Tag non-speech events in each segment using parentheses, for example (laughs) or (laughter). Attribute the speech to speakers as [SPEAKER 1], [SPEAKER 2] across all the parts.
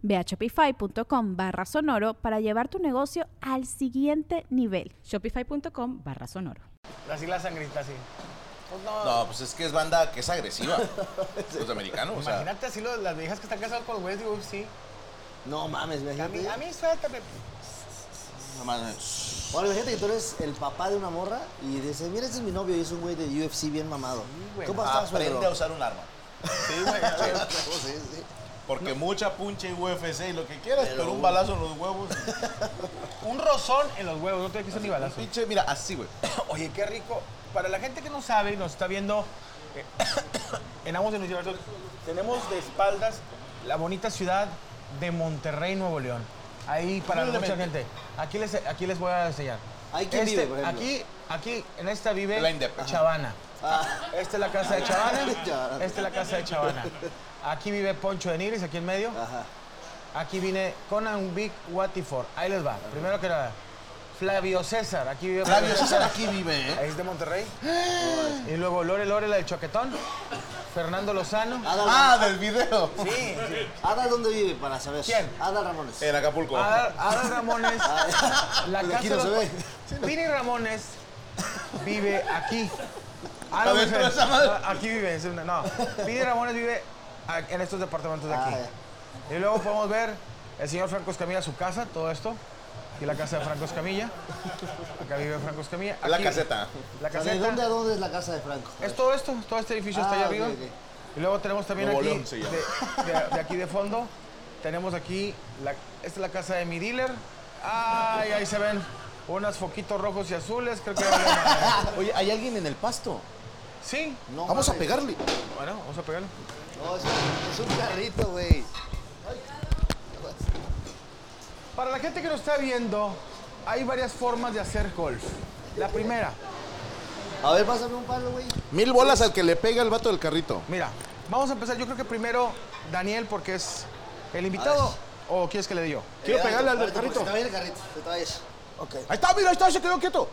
[SPEAKER 1] Ve a shopify.com barra sonoro para llevar tu negocio al siguiente nivel.
[SPEAKER 2] Shopify.com barra sonoro.
[SPEAKER 3] Así la sangrita, así. Pues no.
[SPEAKER 4] No, pues es que es banda que es (laughs) agresiva. Los americanos, o sea.
[SPEAKER 3] Imagínate así los- las viejas que están casadas con los güeyes de UFC.
[SPEAKER 5] No mames,
[SPEAKER 3] A mí,
[SPEAKER 5] imagínate.
[SPEAKER 3] a mí suéltame.
[SPEAKER 4] no mames.
[SPEAKER 5] Ahora, imagínate que tú eres el papá de una morra y dices, mira, este es mi novio y es un güey de UFC bien mamado.
[SPEAKER 3] güey.
[SPEAKER 5] ¿Cómo estás,
[SPEAKER 4] Aprende
[SPEAKER 5] suegro?
[SPEAKER 4] a usar un arma.
[SPEAKER 3] Sí, güey. a ver.
[SPEAKER 5] (laughs) Sí, sí.
[SPEAKER 4] Porque mucha punche y UFC y lo que quieras, pero, un balazo en los (laughs) huevos.
[SPEAKER 3] Un rozón en los huevos, no te que ser ni balazo.
[SPEAKER 4] Pinche, mira, así, güey.
[SPEAKER 3] (coughs) Oye, qué rico. Para la gente que no sabe y nos está viendo eh, (coughs) en Amos del Universo, tenemos de espaldas la bonita ciudad de Monterrey, Nuevo León. Ahí para mucha
[SPEAKER 4] Humildemente.
[SPEAKER 3] gente. Aquí les, aquí les voy a enseñar. Este,
[SPEAKER 5] Ahí quién vive, por ejemplo.
[SPEAKER 3] Aquí, aquí, en esta vive
[SPEAKER 4] La Indep. Ajá.
[SPEAKER 3] Chavana.
[SPEAKER 5] Ah,
[SPEAKER 3] Esta es la casa de Chavana.
[SPEAKER 4] (laughs)
[SPEAKER 5] (laughs) Chavana.
[SPEAKER 3] Esta es la casa de Chavana. Aquí vive Poncho de Nigris, aquí en medio.
[SPEAKER 5] ajá.
[SPEAKER 4] Ah.
[SPEAKER 3] Aquí viene Conan Big Watifor. Ahí les va. Primero que nada, Flavio César. Aquí vive
[SPEAKER 4] Flavio César aquí vive, ¿eh?
[SPEAKER 3] Ahí es de Monterrey. Y luego Lore Lore, la del Choquetón. Fernando Lozano.
[SPEAKER 5] Adal,
[SPEAKER 4] Ah, del video.
[SPEAKER 3] Sí.
[SPEAKER 5] Adal, ¿dónde vive para saber?
[SPEAKER 3] ¿Quién?
[SPEAKER 5] Adal Ramones.
[SPEAKER 4] En Acapulco.
[SPEAKER 3] Adal, Adal Ramones. La
[SPEAKER 5] Pero
[SPEAKER 3] casa
[SPEAKER 5] aquí
[SPEAKER 3] de
[SPEAKER 5] no se
[SPEAKER 3] los-
[SPEAKER 5] ve.
[SPEAKER 3] Vini Ramones vive aquí.
[SPEAKER 4] Está dentro de esa madre.
[SPEAKER 3] No, aquí vive, es una- no. Vini Ramones vive a- en estos departamentos de aquí.
[SPEAKER 5] Ah,
[SPEAKER 3] Y luego podemos ver el señor Franco Escamilla, su casa, todo esto. Y la casa de Franco Escamilla. Acá vive Franco Escamilla.
[SPEAKER 4] la
[SPEAKER 3] Aquí-
[SPEAKER 4] caseta.
[SPEAKER 3] La
[SPEAKER 5] O sea, ¿De
[SPEAKER 3] caseta.
[SPEAKER 5] dónde a dónde es la casa de Franco?
[SPEAKER 3] Es todo esto, todo este edificio está
[SPEAKER 5] Ah,
[SPEAKER 3] allá
[SPEAKER 5] ok,
[SPEAKER 3] arriba. Y luego tenemos también
[SPEAKER 4] Nuevo
[SPEAKER 3] aquí,
[SPEAKER 4] León se llama.
[SPEAKER 3] de, de- de aquí de fondo, tenemos aquí, la, esta es la casa de mi dealer. Ay, ahí se ven unos foquitos rojos y azules, creo que...
[SPEAKER 4] (laughs) Oye, ¿hay alguien en el pasto?
[SPEAKER 3] sí,
[SPEAKER 5] No
[SPEAKER 4] Vamos a
[SPEAKER 5] mames.
[SPEAKER 4] pegarle.
[SPEAKER 3] bueno, vamos a pegarlo.
[SPEAKER 5] No, es, un- es un carrito, güey.
[SPEAKER 3] Para la gente que nos está viendo, hay varias formas de hacer golf. La primera,
[SPEAKER 5] A ver, pásame un palo, güey.
[SPEAKER 4] Mil bolas al que le pega el vato del carrito.
[SPEAKER 3] mira, vamos a empezar, yo creo que primero Daniel, porque es el invitado, o quieres que le dé yo.
[SPEAKER 4] Quiero
[SPEAKER 5] Eh,
[SPEAKER 4] pegarle al del
[SPEAKER 5] ahorita, porque
[SPEAKER 4] carrito.
[SPEAKER 5] Se te va a ir el carrito, se te va a ir. Ok.
[SPEAKER 4] Ahí está, mira, ahí está, se quedó quieto.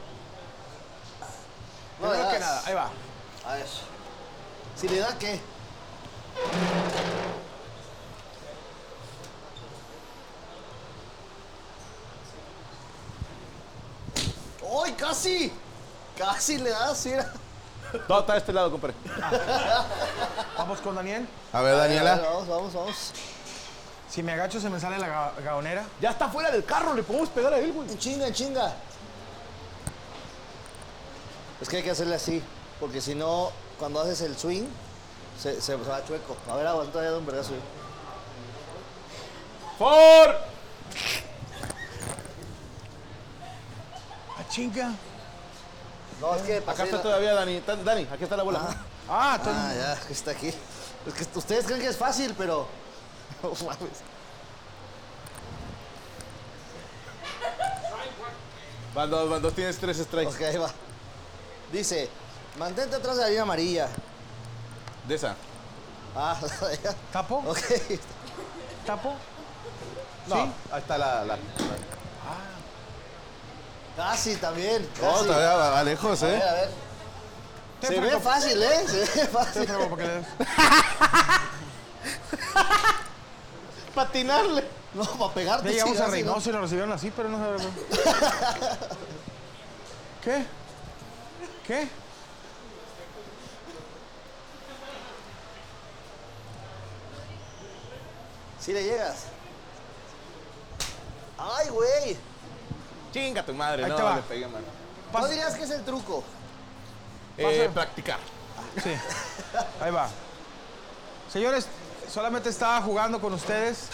[SPEAKER 5] No le
[SPEAKER 3] Primero que
[SPEAKER 5] das.
[SPEAKER 3] nada, ahí va.
[SPEAKER 5] A ver. Si le da, ¿qué? ¡Uy, casi! Casi le das, mira.
[SPEAKER 4] No, está de este lado, compadre.
[SPEAKER 3] Vamos con Daniel.
[SPEAKER 4] A ver,
[SPEAKER 5] A ver,
[SPEAKER 4] Daniela.
[SPEAKER 5] Vamos, vamos, vamos.
[SPEAKER 3] Si me agacho se me sale la ga- gaonera.
[SPEAKER 4] Ya está fuera del carro, le podemos pegar a él, güey.
[SPEAKER 5] En chinga, en chinga. Es que hay que hacerle así, porque si no, cuando haces el swing, se, se va chueco. A ver, aguanta ya de un vergazo. eh. güey.
[SPEAKER 4] ¡Por!
[SPEAKER 3] ¡Ah, chinga!
[SPEAKER 5] No, es que pasé
[SPEAKER 4] Acá está
[SPEAKER 5] la-
[SPEAKER 4] todavía Dani. Tan- Dani, aquí está la bola.
[SPEAKER 3] Ah, entonces-
[SPEAKER 5] Ah, ya, es que está aquí. Es que ustedes creen que es fácil, pero. (laughs) No mames.
[SPEAKER 4] Van dos, van dos, tienes tres strikes.
[SPEAKER 5] Ok, ahí va. Dice, mantente atrás de la línea amarilla.
[SPEAKER 4] De esa.
[SPEAKER 5] Ah, (laughs) ya.
[SPEAKER 3] ¿Tapo?
[SPEAKER 5] Ok.
[SPEAKER 3] ¿Tapo?
[SPEAKER 4] No,
[SPEAKER 3] ¿Sí?
[SPEAKER 4] ahí está la. la...
[SPEAKER 5] Casi Ah, también.
[SPEAKER 4] No,
[SPEAKER 5] Casi.
[SPEAKER 4] Oh, todavía va, va lejos,
[SPEAKER 5] A ver,
[SPEAKER 4] ¿eh?
[SPEAKER 5] a ver.
[SPEAKER 3] Te
[SPEAKER 5] Se ve
[SPEAKER 3] preocupa-
[SPEAKER 5] fácil, ¿eh? Se ve
[SPEAKER 3] te (laughs)
[SPEAKER 5] fácil.
[SPEAKER 3] preocupa
[SPEAKER 4] (laughs)
[SPEAKER 3] que le des.
[SPEAKER 5] Patinarle. No, para pegarte.
[SPEAKER 3] Ya llegamos a
[SPEAKER 5] sí, así, ¿no?
[SPEAKER 3] Reynoso y lo recibieron así, pero no sabemos.
[SPEAKER 4] (laughs)
[SPEAKER 3] ¿Qué? ¿Qué?
[SPEAKER 5] Sí le llegas. Ay, güey.
[SPEAKER 4] Chinga tu madre,
[SPEAKER 3] Ahí
[SPEAKER 4] no,
[SPEAKER 3] te va.
[SPEAKER 4] le pegué, mano.
[SPEAKER 5] No
[SPEAKER 3] Pas-
[SPEAKER 5] dirías que es el truco.
[SPEAKER 4] eh,
[SPEAKER 3] Pasa.
[SPEAKER 4] practicar.
[SPEAKER 3] Sí. Ahí va. Señores, solamente estaba jugando con ustedes.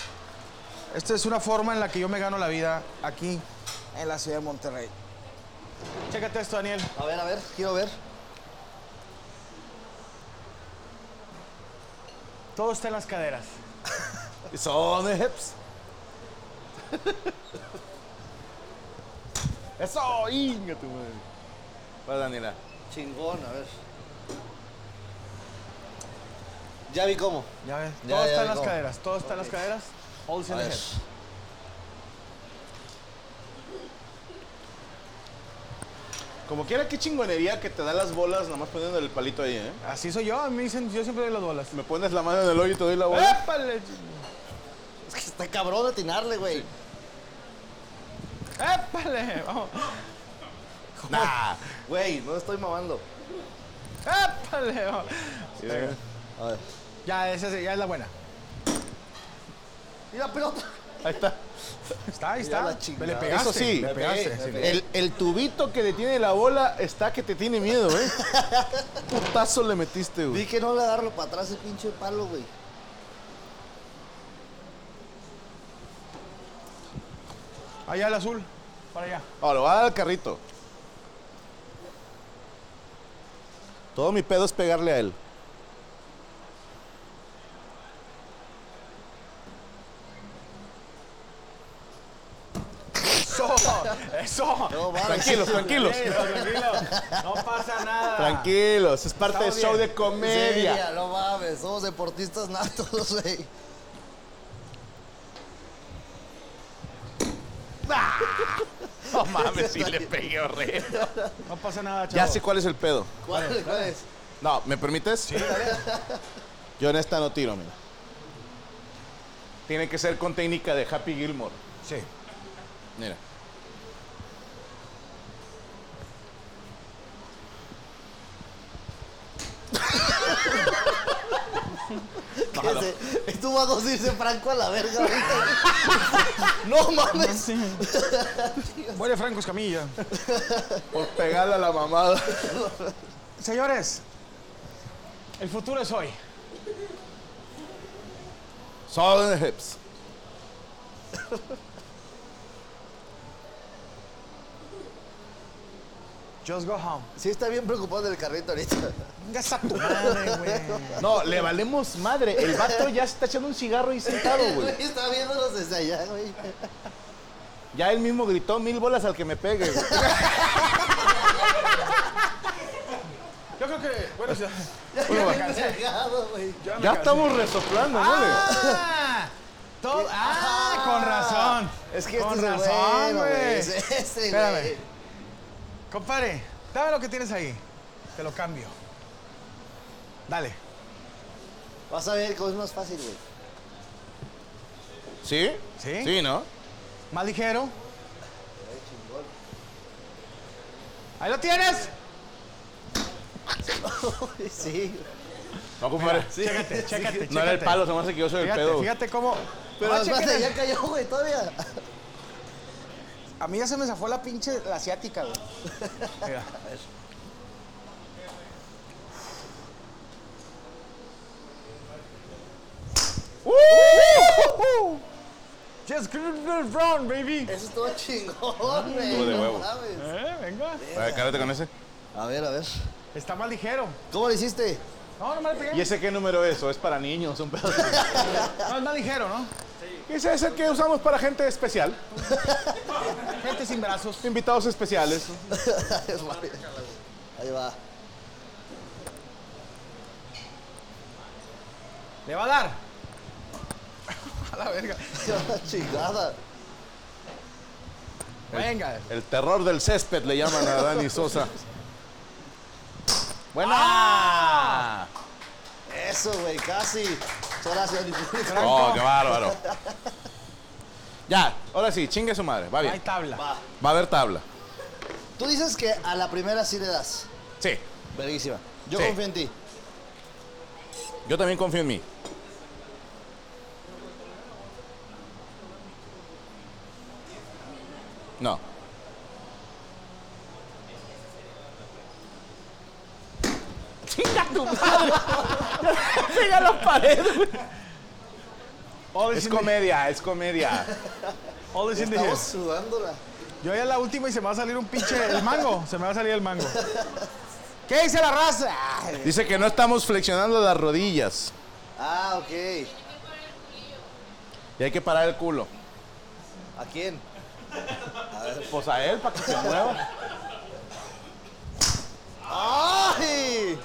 [SPEAKER 3] Esta es una forma en la que yo me gano la vida aquí en la ciudad de Monterrey. Chécate esto, Daniel.
[SPEAKER 5] A ver, a ver, quiero ver.
[SPEAKER 3] Todo está en las caderas.
[SPEAKER 4] Son hips. Eso, inga tu madre. Va, Daniela.
[SPEAKER 5] Chingón, a ver. Ya vi cómo.
[SPEAKER 3] Ya ves.
[SPEAKER 5] Ya,
[SPEAKER 3] todo
[SPEAKER 5] ya,
[SPEAKER 3] está en
[SPEAKER 5] ya,
[SPEAKER 3] las
[SPEAKER 5] ¿cómo?
[SPEAKER 3] caderas. Todo está en las
[SPEAKER 5] Ok.
[SPEAKER 3] caderas. All
[SPEAKER 5] A
[SPEAKER 3] in the
[SPEAKER 5] ver.
[SPEAKER 3] head.
[SPEAKER 4] Como quiera, qué chingonería que te da las bolas, nada más poniendo el palito ahí, ¿eh?
[SPEAKER 3] Así soy yo. A mí dicen, yo siempre doy las bolas.
[SPEAKER 4] Me pones la mano en el hoyo y te doy la bola.
[SPEAKER 3] ¡Épale!
[SPEAKER 5] Es que está cabrón atinarle, güey.
[SPEAKER 3] ¡Épale! Vamos.
[SPEAKER 4] Nah.
[SPEAKER 5] Güey, no estoy mamando.
[SPEAKER 3] ¡Épale! Vamos.
[SPEAKER 4] Sí, venga.
[SPEAKER 5] A ver.
[SPEAKER 3] Ya, esa es- ya es la buena.
[SPEAKER 5] Y la pelota.
[SPEAKER 4] Ahí está.
[SPEAKER 3] Está, ahí
[SPEAKER 5] Mira
[SPEAKER 3] está.
[SPEAKER 5] la chingada.
[SPEAKER 3] Le pegaste.
[SPEAKER 4] Eso
[SPEAKER 3] le
[SPEAKER 4] sí. Le
[SPEAKER 5] pegué,
[SPEAKER 3] pegaste. Eh,
[SPEAKER 5] le
[SPEAKER 3] sí.
[SPEAKER 5] pegué.
[SPEAKER 4] El, el tubito que detiene la bola está que te tiene miedo, (laughs) ¿eh? Putazo le metiste,
[SPEAKER 5] Vi
[SPEAKER 4] güey.
[SPEAKER 5] que no le darlo para atrás ese pinche palo, güey.
[SPEAKER 3] Allá el azul. Para allá.
[SPEAKER 4] Ahora, va a dar al carrito. Todo mi pedo es pegarle a él.
[SPEAKER 3] Eso, eso.
[SPEAKER 5] No, va,
[SPEAKER 4] (laughs) Tranquilos, tranquilos.
[SPEAKER 3] Eso, tranquilo. No pasa nada.
[SPEAKER 4] Tranquilos, es parte del
[SPEAKER 3] Estamos
[SPEAKER 4] show
[SPEAKER 3] bien.
[SPEAKER 4] de
[SPEAKER 5] Media,
[SPEAKER 4] comedia.
[SPEAKER 5] no mames, somos deportistas natos, güey.
[SPEAKER 4] No mames, sí le pegué horrible.
[SPEAKER 3] No pasa nada, chavo.
[SPEAKER 4] Ya sé cuál es el pedo.
[SPEAKER 5] ¿Cuál, cuál es?
[SPEAKER 4] No, ¿me permites? Yo en esta no tiro, mira. Tiene que ser con técnica de Happy Gilmore.
[SPEAKER 3] Sí.
[SPEAKER 4] Mira.
[SPEAKER 5] Que se- Estuvo a dos irse Franco a la verga ahorita. (laughs) no mames.
[SPEAKER 3] Muere Franco Escamilla.
[SPEAKER 4] Por pegarle a la mamada.
[SPEAKER 3] Señores, el futuro es hoy.
[SPEAKER 4] Southern Hips.
[SPEAKER 3] Just go home.
[SPEAKER 5] Sí está bien preocupado del carrito ahorita.
[SPEAKER 3] Gasta tu madre, güey.
[SPEAKER 4] No, le valemos madre. El vato ya se está echando un cigarro ahí sentado, güey.
[SPEAKER 5] Güey, (laughs) está viéndonos desde allá, güey.
[SPEAKER 4] Ya él mismo gritó mil bolas al que me pegue, güey.
[SPEAKER 3] Yo creo que. Bueno,
[SPEAKER 5] (laughs)
[SPEAKER 3] ya.
[SPEAKER 5] Qué
[SPEAKER 4] bueno.
[SPEAKER 5] cagado, güey.
[SPEAKER 3] ya me
[SPEAKER 4] Ya
[SPEAKER 3] cansé.
[SPEAKER 4] estamos resoplando, ¿no?
[SPEAKER 3] ¡Ah! Todo- ¡Ah! Con razón.
[SPEAKER 5] Es que
[SPEAKER 3] Con
[SPEAKER 5] este es el
[SPEAKER 3] razón,
[SPEAKER 5] bueno, güey.
[SPEAKER 3] güey.
[SPEAKER 5] Es Ese, (laughs)
[SPEAKER 3] Espérame.
[SPEAKER 5] güey.
[SPEAKER 3] Compadre, dame lo que tienes ahí. Te lo cambio. Dale.
[SPEAKER 5] Vas a ver cómo es más fácil, güey. (laughs)
[SPEAKER 4] ¿Sí?
[SPEAKER 3] ¿Sí?
[SPEAKER 4] Sí, ¿no?
[SPEAKER 3] Más ligero. Ahí lo tienes.
[SPEAKER 5] Sí.
[SPEAKER 4] No, compadre.
[SPEAKER 3] Chécate, chécate,
[SPEAKER 4] No era el
[SPEAKER 3] chécate.
[SPEAKER 4] palo, se me hace que yo soy el
[SPEAKER 3] Fíjate,
[SPEAKER 4] pedo. güey.
[SPEAKER 3] fíjate cómo.
[SPEAKER 5] Pero
[SPEAKER 3] Ah,
[SPEAKER 5] espérate,
[SPEAKER 3] chécate.
[SPEAKER 5] ya cayó, güey, todavía. (laughs)
[SPEAKER 3] A mí ya se me zafó la pinche la asiática, güey. (laughs) Mira. ¡Uh! Just get it wrong, baby.
[SPEAKER 5] Eso estuvo chingón, güey.
[SPEAKER 4] Estuvo de
[SPEAKER 5] no
[SPEAKER 4] huevo.
[SPEAKER 5] mames.
[SPEAKER 3] Eh, venga.
[SPEAKER 4] A ver, cárate con ese.
[SPEAKER 5] A ver, a ver.
[SPEAKER 3] Está más ligero.
[SPEAKER 5] ¿Cómo lo hiciste? (laughs)
[SPEAKER 3] No, no me le pegué.
[SPEAKER 4] ¿Y ese qué número es? ¿O es para niños? Un pedo.
[SPEAKER 3] No, es más ligero, ¿no?
[SPEAKER 4] (laughs) Ese es el que usamos para gente especial.
[SPEAKER 3] Gente sin brazos.
[SPEAKER 4] Invitados especiales.
[SPEAKER 5] Ahí va. (laughs)
[SPEAKER 3] Le va a dar. A la verga.
[SPEAKER 5] Chingada.
[SPEAKER 3] Venga.
[SPEAKER 4] El terror del césped le llaman a Dani (laughs) Sosa. Buena.
[SPEAKER 3] Ah.
[SPEAKER 4] Ah,
[SPEAKER 5] Eso, güey, casi. Solo ciudad público.
[SPEAKER 4] Oh, qué bárbaro. Ya, ahora sí, chingue su madre. Va
[SPEAKER 3] Hay
[SPEAKER 4] bien.
[SPEAKER 3] tabla.
[SPEAKER 5] Va.
[SPEAKER 4] Va a haber tabla.
[SPEAKER 5] Tú dices que a la primera sí le das.
[SPEAKER 4] Sí,
[SPEAKER 5] Verguísima. Yo
[SPEAKER 4] Sí.
[SPEAKER 5] confío en ti.
[SPEAKER 4] yo también confío en mí. No. ¡Chinga tu madre! ¡Pega las paredes! Es comedia, es comedia.
[SPEAKER 3] All is in the
[SPEAKER 5] Estamos
[SPEAKER 3] hills.
[SPEAKER 5] sudándola.
[SPEAKER 3] Yo ya la última y se me va a salir un pinche. El mango. Se me va a salir el mango. ¿Qué dice la raza? Ay,
[SPEAKER 4] Dice que no estamos flexionando las rodillas
[SPEAKER 5] Ah, ok.
[SPEAKER 4] y hay que parar el culo.
[SPEAKER 5] ¿A quién?
[SPEAKER 4] Pues a él, para que se mueva.
[SPEAKER 5] ¡Ay!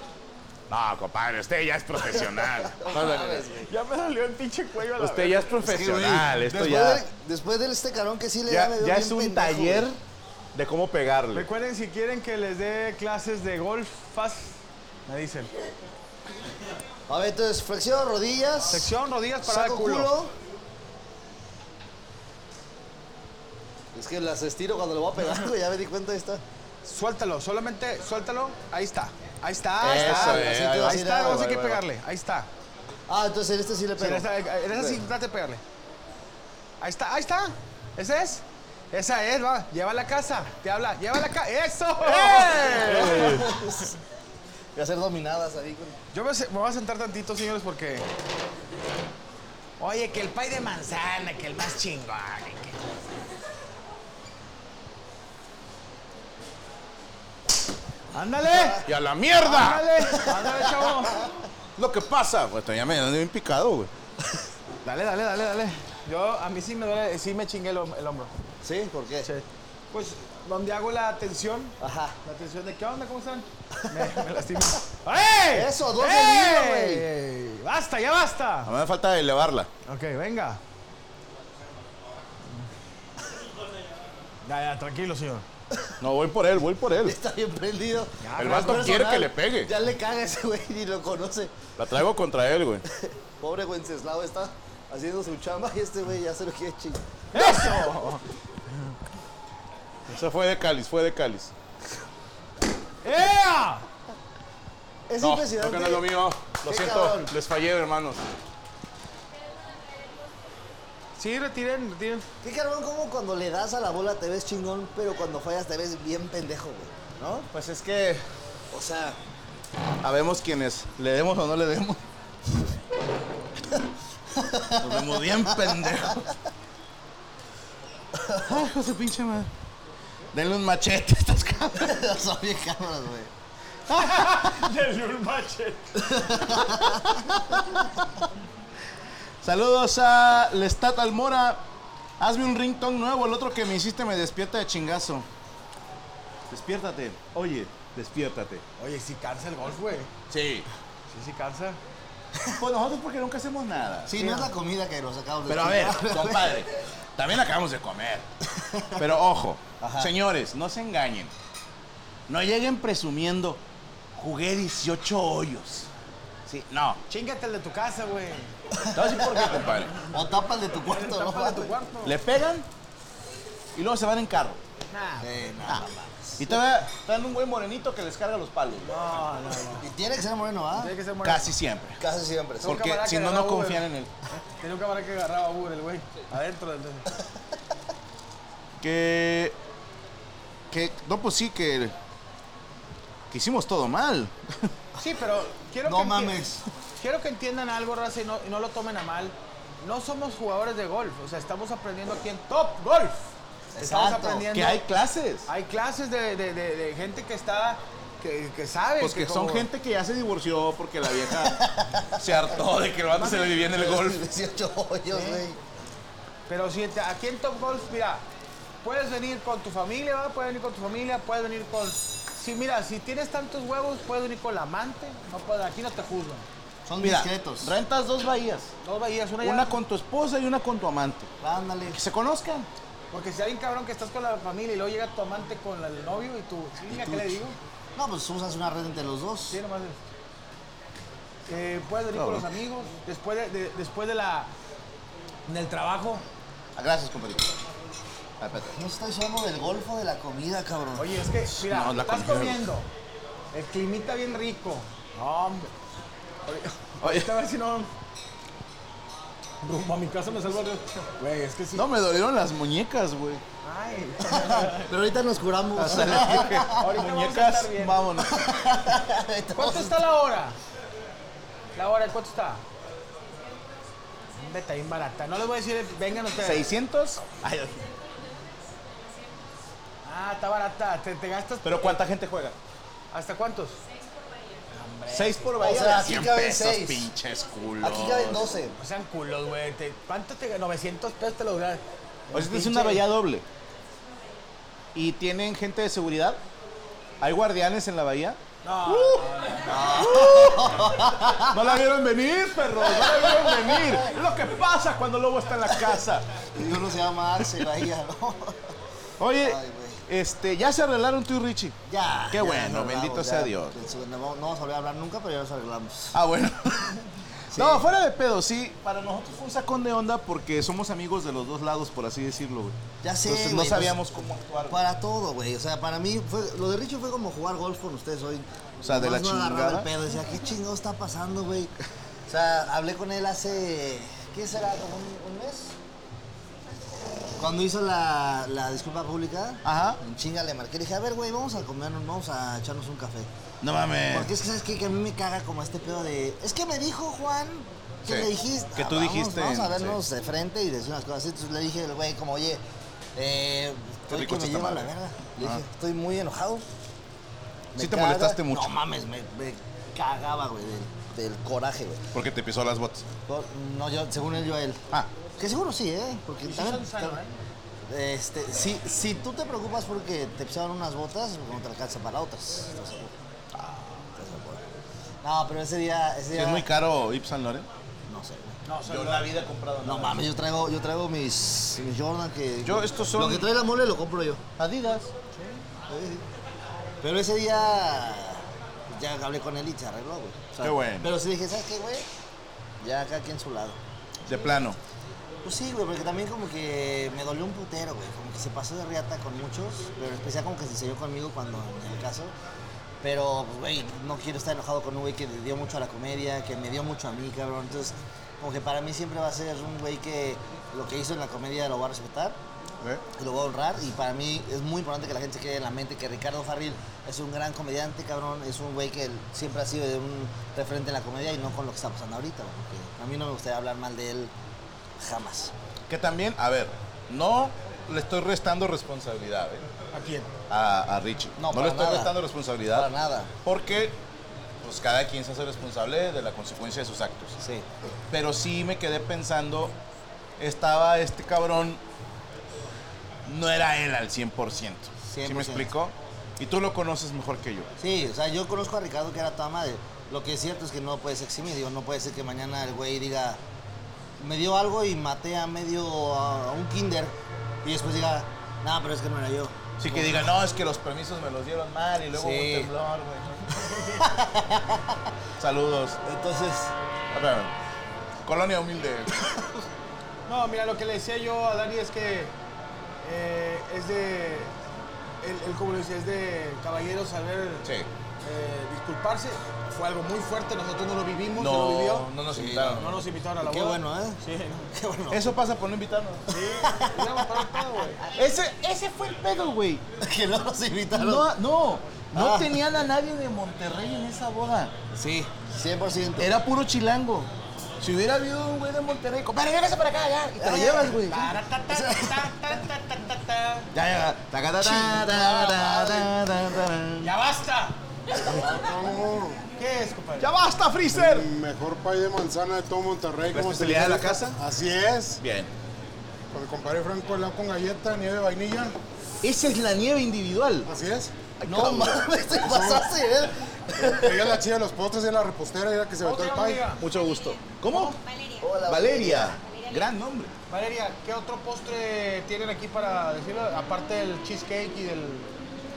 [SPEAKER 6] No, compadre, usted ya es profesional.
[SPEAKER 5] Sabes, güey.
[SPEAKER 3] Ya me salió el pinche cuello a la
[SPEAKER 4] (laughs) Usted ya es profesional, esto ya,
[SPEAKER 5] Después, de, después del este carón que sí le da, me
[SPEAKER 4] ya,
[SPEAKER 5] veo
[SPEAKER 4] ya
[SPEAKER 5] bien
[SPEAKER 4] es un
[SPEAKER 5] pendejo,
[SPEAKER 4] taller
[SPEAKER 5] güey.
[SPEAKER 4] de cómo pegarle.
[SPEAKER 3] Recuerden, si quieren que les dé clases de golf fast, me dicen.
[SPEAKER 5] A ver, entonces, flexión, rodillas.
[SPEAKER 3] Sección, rodillas, para el
[SPEAKER 5] saco
[SPEAKER 3] culo.
[SPEAKER 5] culo. Es que las estiro cuando lo voy a pegar, güey, ya me di cuenta, ahí está.
[SPEAKER 3] Suéltalo, solamente suéltalo. Ahí está. Ahí está, ahí
[SPEAKER 4] Eso,
[SPEAKER 3] está.
[SPEAKER 4] eh,
[SPEAKER 3] Así
[SPEAKER 4] ahí
[SPEAKER 3] te-
[SPEAKER 5] va.
[SPEAKER 3] ahí está, no
[SPEAKER 5] Ahí
[SPEAKER 3] sé
[SPEAKER 5] va,
[SPEAKER 3] qué
[SPEAKER 5] ahí va.
[SPEAKER 3] pegarle. Ahí está.
[SPEAKER 5] Ah, entonces en este sí le
[SPEAKER 3] Sí, en
[SPEAKER 5] pego.
[SPEAKER 3] esa, en esa sí, trate de pegarle. Ahí está, ahí está. ¿Esa es? Esa es, va. Lleva a la casa. Te habla. Lleva a la casa. ¡Eso!
[SPEAKER 4] ¡Eh!
[SPEAKER 5] Voy a hacer dominadas ahí. con-
[SPEAKER 3] Yo me, se- me voy a sentar tantito, señores, porque. Oye, que el pay de manzana, que el más chingón. y que- ¡Ándale!
[SPEAKER 4] ¡Y a la mierda!
[SPEAKER 3] ¡Ándale! ¡Ándale, chavo!
[SPEAKER 4] Lo que pasa, pues ya me dan bien picado, (laughs) güey.
[SPEAKER 3] Dale, dale, dale, dale. Yo, a mí sí me duele, sí me chingué el, hom- el hombro.
[SPEAKER 5] ¿Sí? ¿Por qué?
[SPEAKER 3] Sí. Pues, donde hago la atención,
[SPEAKER 5] Ajá. (laughs)
[SPEAKER 3] la atención de qué onda, cómo (laughs) están, me, me lastima. ¡Ey!
[SPEAKER 5] Eso, dos de
[SPEAKER 3] ¡Ey! ¡Basta, ya basta!
[SPEAKER 4] A mí me falta elevarla.
[SPEAKER 3] Ok, venga. Ya, ya, tranquilo, señor.
[SPEAKER 4] No, voy por él, voy por él. (laughs)
[SPEAKER 5] Está bien prendido.
[SPEAKER 3] Ya,
[SPEAKER 4] El
[SPEAKER 3] pero-
[SPEAKER 4] vato quiere que le pegue.
[SPEAKER 5] Ya le caga ese güey, ni lo conoce.
[SPEAKER 4] La traigo contra él, güey.
[SPEAKER 5] Pobre Wenceslao está haciendo su chamba y este güey ya se lo quiere chingar.
[SPEAKER 3] ¡Eso!
[SPEAKER 4] Esa fue de cáliz, fue de cáliz.
[SPEAKER 3] ¡Ea!
[SPEAKER 5] Es
[SPEAKER 4] No, creo
[SPEAKER 5] impresionante.
[SPEAKER 4] que no es lo mío. Lo
[SPEAKER 5] Qué
[SPEAKER 4] siento,
[SPEAKER 5] cabrón.
[SPEAKER 4] les fallé, hermanos.
[SPEAKER 3] Sí, retiren, retiren.
[SPEAKER 5] Qué cabrón, como cuando le das a la bola te ves chingón, pero cuando fallas te ves bien pendejo, güey.
[SPEAKER 4] ¿No? Pues es que
[SPEAKER 5] O sea, (laughs)
[SPEAKER 4] sabemos quiénes. ¿Le demos o no le demos? Nos vemos bien pendejos. Ay, hijo de su pinche madre. Denle un machete a estos cabros.
[SPEAKER 5] son bien cámaras, güey.
[SPEAKER 4] Saludos a Lestat Almora. Hazme un ringtone nuevo. El otro que me hiciste me despierta de chingazo. Despiértate. Oye, despiértate.
[SPEAKER 3] Oye, sí cansa el golf, güey.
[SPEAKER 4] Sí.
[SPEAKER 3] Sí, sí cansa.
[SPEAKER 4] Pues nosotros porque nunca hacemos nada.
[SPEAKER 5] Sí, no es la comida que nos acabamos de
[SPEAKER 4] Pero a ver,
[SPEAKER 5] chingar.
[SPEAKER 4] compadre, también acabamos de comer. Pero ojo, señores, no se engañen. No lleguen presumiendo, jugué 18 hoyos. Sí, no.
[SPEAKER 3] Chingate el de tu casa, güey.
[SPEAKER 4] No sé por qué, compadre.
[SPEAKER 5] O tapas de tu cuarto, ¿no?
[SPEAKER 3] Tápale tu cuarto.
[SPEAKER 4] Le pegan y luego se van en carro.
[SPEAKER 3] Nah.
[SPEAKER 5] Eh, nada.
[SPEAKER 4] Ah. Y todavía traen un güey morenito que les carga los palos.
[SPEAKER 3] No, no, no.
[SPEAKER 5] Y tiene que ser moreno, ¿ah?
[SPEAKER 3] Tiene que ser moreno.
[SPEAKER 4] Casi siempre.
[SPEAKER 5] Casi siempre. sí.
[SPEAKER 3] Son
[SPEAKER 4] Porque
[SPEAKER 3] camaradas
[SPEAKER 4] si
[SPEAKER 3] que
[SPEAKER 4] no, no
[SPEAKER 3] agarraba
[SPEAKER 4] confían
[SPEAKER 3] Uber.
[SPEAKER 4] en él.
[SPEAKER 3] Tenía un camarada que agarraba Uber, el güey. Adentro del.
[SPEAKER 4] Que. Que. No, pues sí, que. Que hicimos todo mal.
[SPEAKER 3] Sí, pero quiero
[SPEAKER 5] No
[SPEAKER 3] enti-
[SPEAKER 5] mames.
[SPEAKER 3] Quiero que entiendan algo, Raza, y no, y no lo tomen a mal. No somos jugadores de golf, o sea, estamos aprendiendo aquí en Top Golf. Estamos
[SPEAKER 5] Exacto.
[SPEAKER 3] aprendiendo.
[SPEAKER 4] Que hay clases.
[SPEAKER 3] Hay clases de, de- de- de gente que está, que, que sabe.
[SPEAKER 4] Pues que son
[SPEAKER 3] como-
[SPEAKER 4] gente que ya se divorció porque la
[SPEAKER 5] (laughs)
[SPEAKER 4] vieja se hartó de que el vato se le vivía en el golf.
[SPEAKER 5] 18 hoyos, güey.
[SPEAKER 3] Pero si te- aquí en Top Golf, mira, puedes venir con tu familia, ¿va? puedes venir con tu familia, puedes venir con... Si mira, si tienes tantos huevos, puedes venir con la amante. No puedes- aquí no te juzgan.
[SPEAKER 5] Son
[SPEAKER 4] Mira,
[SPEAKER 5] discretos.
[SPEAKER 4] rentas dos bahías.
[SPEAKER 3] Dos bahías, una, ya-
[SPEAKER 4] Una con tu esposa y una con tu amante.
[SPEAKER 5] Ándale.
[SPEAKER 4] Que se conozcan.
[SPEAKER 3] Porque si hay un cabrón que estás con la familia y luego llega tu amante con la- el novio y tú... Chinga, ¿qué le digo?
[SPEAKER 5] No, pues usas una red entre los dos.
[SPEAKER 3] Sí, nomás es. Eh, puedes venir con los amigos, después de, de- después de la del trabajo.
[SPEAKER 4] Ah, Gracias, compadrito. Ah, espérate.
[SPEAKER 5] No estoy hablando del golfo de la comida, cabrón.
[SPEAKER 3] Oye, es que, mira,
[SPEAKER 4] No, la
[SPEAKER 3] estás
[SPEAKER 4] comida.
[SPEAKER 3] comiendo. El climita bien rico. No, hombre.
[SPEAKER 4] Oye,
[SPEAKER 3] Ahorita a ver si no. Rumbo a mi casa me salvo Dios.
[SPEAKER 7] Güey, es que sí.
[SPEAKER 4] No, me dolieron las muñecas, güey.
[SPEAKER 3] Ay,
[SPEAKER 5] Pero ahorita nos curamos.
[SPEAKER 4] Hasta
[SPEAKER 5] (laughs)
[SPEAKER 4] las
[SPEAKER 3] (laughs)
[SPEAKER 4] dije,
[SPEAKER 3] Ahorita vamos a
[SPEAKER 4] muñecas,
[SPEAKER 3] estar bien".
[SPEAKER 4] vámonos.
[SPEAKER 3] ¿Cuánto está la hora? ¿La hora cuánto está? Vete bien barata. No les voy a decir, vengan ustedes.
[SPEAKER 4] 600. Ay,
[SPEAKER 3] Ah, está barata. Te, te gastas.
[SPEAKER 4] pero ¿cuánta gente juega?
[SPEAKER 3] ¿Hasta cuántos?
[SPEAKER 4] 6 por
[SPEAKER 5] O
[SPEAKER 4] Bahía.
[SPEAKER 5] sea, aquí
[SPEAKER 6] 100
[SPEAKER 5] caben
[SPEAKER 6] pesos,
[SPEAKER 5] seis.
[SPEAKER 6] pinches culos.
[SPEAKER 5] Aquí caben 12.
[SPEAKER 3] No sean culos, güey. Te- ¿Cuánto te gastas? 900 pesos te los gastas.
[SPEAKER 4] O sea, Pues es una bahía doble. Y tienen gente de seguridad. Hay guardianes en la bahía.
[SPEAKER 3] No.
[SPEAKER 4] Uh. (laughs) No la vieron venir, perro. No la vieron venir. Es lo que pasa cuando el lobo está en la casa.
[SPEAKER 5] Y uno se llama Axel (laughs) Bahía, ¿no?
[SPEAKER 4] Oye,
[SPEAKER 5] Ay, güey.
[SPEAKER 4] este, ya se arreglaron tú y Richie.
[SPEAKER 5] Ya.
[SPEAKER 4] Qué
[SPEAKER 5] ya
[SPEAKER 4] bueno,
[SPEAKER 5] nos arreglamos,
[SPEAKER 4] bendito sea Dios.
[SPEAKER 5] No vamos no vamos a volver a hablar nunca, pero ya nos arreglamos.
[SPEAKER 4] Ah, (laughs) bueno. No, fuera de pedo, sí. Para nosotros fue un sacón de onda porque somos amigos de los dos lados, por así decirlo, güey.
[SPEAKER 5] Ya sé,
[SPEAKER 4] Entonces no
[SPEAKER 5] güey,
[SPEAKER 4] sabíamos cómo actuar. güey.
[SPEAKER 5] Para todo, güey. O sea, para mí, fue, lo de Richo fue como jugar golf con ustedes hoy.
[SPEAKER 4] O sea, de
[SPEAKER 5] Nomás
[SPEAKER 4] la
[SPEAKER 5] me agarraba
[SPEAKER 4] chingada.
[SPEAKER 5] el pedo. Decía, ¿qué chingado está pasando, güey? O sea, hablé con él hace. ¿Qué será? ¿Como un, un mes? Cuando hizo la, la disculpa pública,
[SPEAKER 4] Ajá.
[SPEAKER 5] en chinga le marqué. Le dije, a ver, güey, vamos a comernos, vamos a echarnos un café.
[SPEAKER 4] No mames.
[SPEAKER 5] Porque es que, ¿sabes qué? Que a mí me caga como este pedo de... Es que me dijo Juan que
[SPEAKER 4] Sí,
[SPEAKER 5] me dijiste... Ah,
[SPEAKER 4] que tú
[SPEAKER 5] vamos-
[SPEAKER 4] dijiste,
[SPEAKER 5] Vamos a
[SPEAKER 4] sí.
[SPEAKER 5] vernos de frente y decir unas cosas así. Entonces le dije al güey como, oye, eh, estoy
[SPEAKER 4] rico
[SPEAKER 5] que me
[SPEAKER 4] está
[SPEAKER 5] lleva
[SPEAKER 4] esta
[SPEAKER 5] la
[SPEAKER 4] madre.
[SPEAKER 5] verga. Le
[SPEAKER 4] Ajá.
[SPEAKER 5] dije, estoy muy enojado.
[SPEAKER 4] Sí
[SPEAKER 5] Me
[SPEAKER 4] te molestaste mucho.
[SPEAKER 5] No mames, me, me cagaba, güey, del, del coraje, güey.
[SPEAKER 4] Porque te pisó las botas.
[SPEAKER 5] No, No, yo, según él, yo a él.
[SPEAKER 4] Ah.
[SPEAKER 5] Que seguro sí, ¿eh? Porque
[SPEAKER 3] sí
[SPEAKER 5] también...
[SPEAKER 3] son sano,
[SPEAKER 5] Este, si, si tú te preocupas porque te pisaron unas botas, pues, no te alcanza para otras. Estás de acuerdo. Estás de acuerdo. No, pero ese día, ese
[SPEAKER 4] Sí,
[SPEAKER 5] día.
[SPEAKER 4] es muy caro Yves Saint Laurent.
[SPEAKER 5] No sé. güey.
[SPEAKER 3] No, son
[SPEAKER 4] Yo en la vida he comprado
[SPEAKER 5] No mames, yo traigo, yo traigo mis, mis Jordan que.
[SPEAKER 4] Yo, estos son-
[SPEAKER 5] Lo que trae la mole lo compro yo.
[SPEAKER 4] Adidas.
[SPEAKER 5] Sí. Pero ese día ya hablé con él y se arregló, güey. O sea,
[SPEAKER 4] Qué bueno.
[SPEAKER 5] Pero sí dije, ¿sabes qué, güey? Ya acá aquí en su lado.
[SPEAKER 4] De plano.
[SPEAKER 5] Pues sí, güey, porque también como que me dolió un putero, güey. Como que se pasó de riata con muchos, pero en especial como que se selló conmigo cuando en el caso. Pero, pues, güey, no quiero estar enojado con un güey que le dio mucho a la comedia, que me dio mucho a mí, cabrón. Entonces, como que para mí siempre va a ser un güey que lo que hizo en la comedia lo va a respetar,
[SPEAKER 4] ¿eh?
[SPEAKER 5] que lo va a honrar. Y para mí es muy importante que la gente se quede en la mente que Ricardo Farril es un gran comediante, cabrón. Es un güey que siempre ha sido de un referente en la comedia y no con lo que está pasando ahorita, güey, porque a mí no me gustaría hablar mal de él jamás.
[SPEAKER 4] Que también, a ver, no le estoy restando responsabilidad ¿eh?
[SPEAKER 3] ¿A quién?
[SPEAKER 4] a, a Richie.
[SPEAKER 5] No,
[SPEAKER 4] le
[SPEAKER 5] para
[SPEAKER 4] estoy
[SPEAKER 5] nada.
[SPEAKER 4] restando responsabilidad.
[SPEAKER 5] Para nada.
[SPEAKER 4] Porque pues cada quien se hace responsable de la consecuencia de sus actos.
[SPEAKER 5] Sí.
[SPEAKER 4] Pero sí me quedé pensando, estaba este cabrón, no era él al 100%. ¿Sí me
[SPEAKER 5] 100%.
[SPEAKER 4] explicó? Y tú lo conoces mejor que yo.
[SPEAKER 5] Sí, o sea, yo conozco a Ricardo que era toda madre. Lo que es cierto es que no puedes eximir, digo, no puede ser que mañana el güey diga, me dio algo y maté a medio, a, a un kinder. Y después diga, no, pero es que no era yo. (laughs)
[SPEAKER 4] Sí que diga, no, es que los permisos me los dieron mal y luego
[SPEAKER 5] Sí.
[SPEAKER 4] hubo un temblor, güey.
[SPEAKER 5] (laughs)
[SPEAKER 4] Saludos.
[SPEAKER 5] Entonces,
[SPEAKER 4] A ver, Colonia humilde.
[SPEAKER 3] No, mira, lo que le decía yo a Dani es que eh, es de. Él, él, como le decía, es de caballeros saber
[SPEAKER 4] Sí.
[SPEAKER 3] eh, disculparse. Fue algo muy fuerte, nosotros no lo vivimos, no, lo vivió.
[SPEAKER 4] No, no nos invitaron.
[SPEAKER 3] No nos invitaron a la
[SPEAKER 5] Qué
[SPEAKER 3] boda.
[SPEAKER 5] bueno, ¿eh?
[SPEAKER 3] Sí,
[SPEAKER 5] qué bueno.
[SPEAKER 4] Eso pasa por no invitarnos.
[SPEAKER 3] sí. Hubiéramos parado el pedo, güey.
[SPEAKER 4] Ese, ese fue el pedo, güey.
[SPEAKER 5] que no nos invitaron.
[SPEAKER 4] No, no, no
[SPEAKER 5] Ah.
[SPEAKER 4] tenían a nadie de Monterrey en esa boda.
[SPEAKER 5] Sí, 100%.
[SPEAKER 4] Era puro chilango. Si hubiera habido un güey de Monterrey, compadre, llévese para acá, ya. Y te lo
[SPEAKER 5] Ay,
[SPEAKER 4] llevas, güey. Ya,
[SPEAKER 3] Ta, ta, ta, ta, ta, ta, ta, ta, ta.
[SPEAKER 4] ya. Taca, ta, ta, ta, ta, ta, ta, ta.
[SPEAKER 3] ¡Ya basta!
[SPEAKER 7] No,
[SPEAKER 3] ¿Qué es, compadre?
[SPEAKER 4] ¡Ya basta, Freezer!
[SPEAKER 7] mejor pay de manzana de todo Monterrey.
[SPEAKER 4] ¿La
[SPEAKER 7] como se
[SPEAKER 4] especialidad de la
[SPEAKER 7] dice.
[SPEAKER 4] casa?
[SPEAKER 7] Así es.
[SPEAKER 4] Bien.
[SPEAKER 7] Con el compadre Franco helado con galleta, nieve de vainilla.
[SPEAKER 4] Esa es la nieve individual.
[SPEAKER 7] Así es.
[SPEAKER 5] No mames, te pasaste, ¿eh?
[SPEAKER 7] Ella es la chida de los postres y la repostera, era que se
[SPEAKER 3] ¿Cómo
[SPEAKER 7] aventó
[SPEAKER 3] te
[SPEAKER 7] el
[SPEAKER 3] llamas,
[SPEAKER 7] pay.
[SPEAKER 3] amiga?
[SPEAKER 4] Mucho gusto. ¿Cómo?
[SPEAKER 5] Hola,
[SPEAKER 4] Valeria. Gran nombre.
[SPEAKER 3] Valeria, ¿qué otro postre tienen aquí para decirlo? Aparte del cheesecake y del.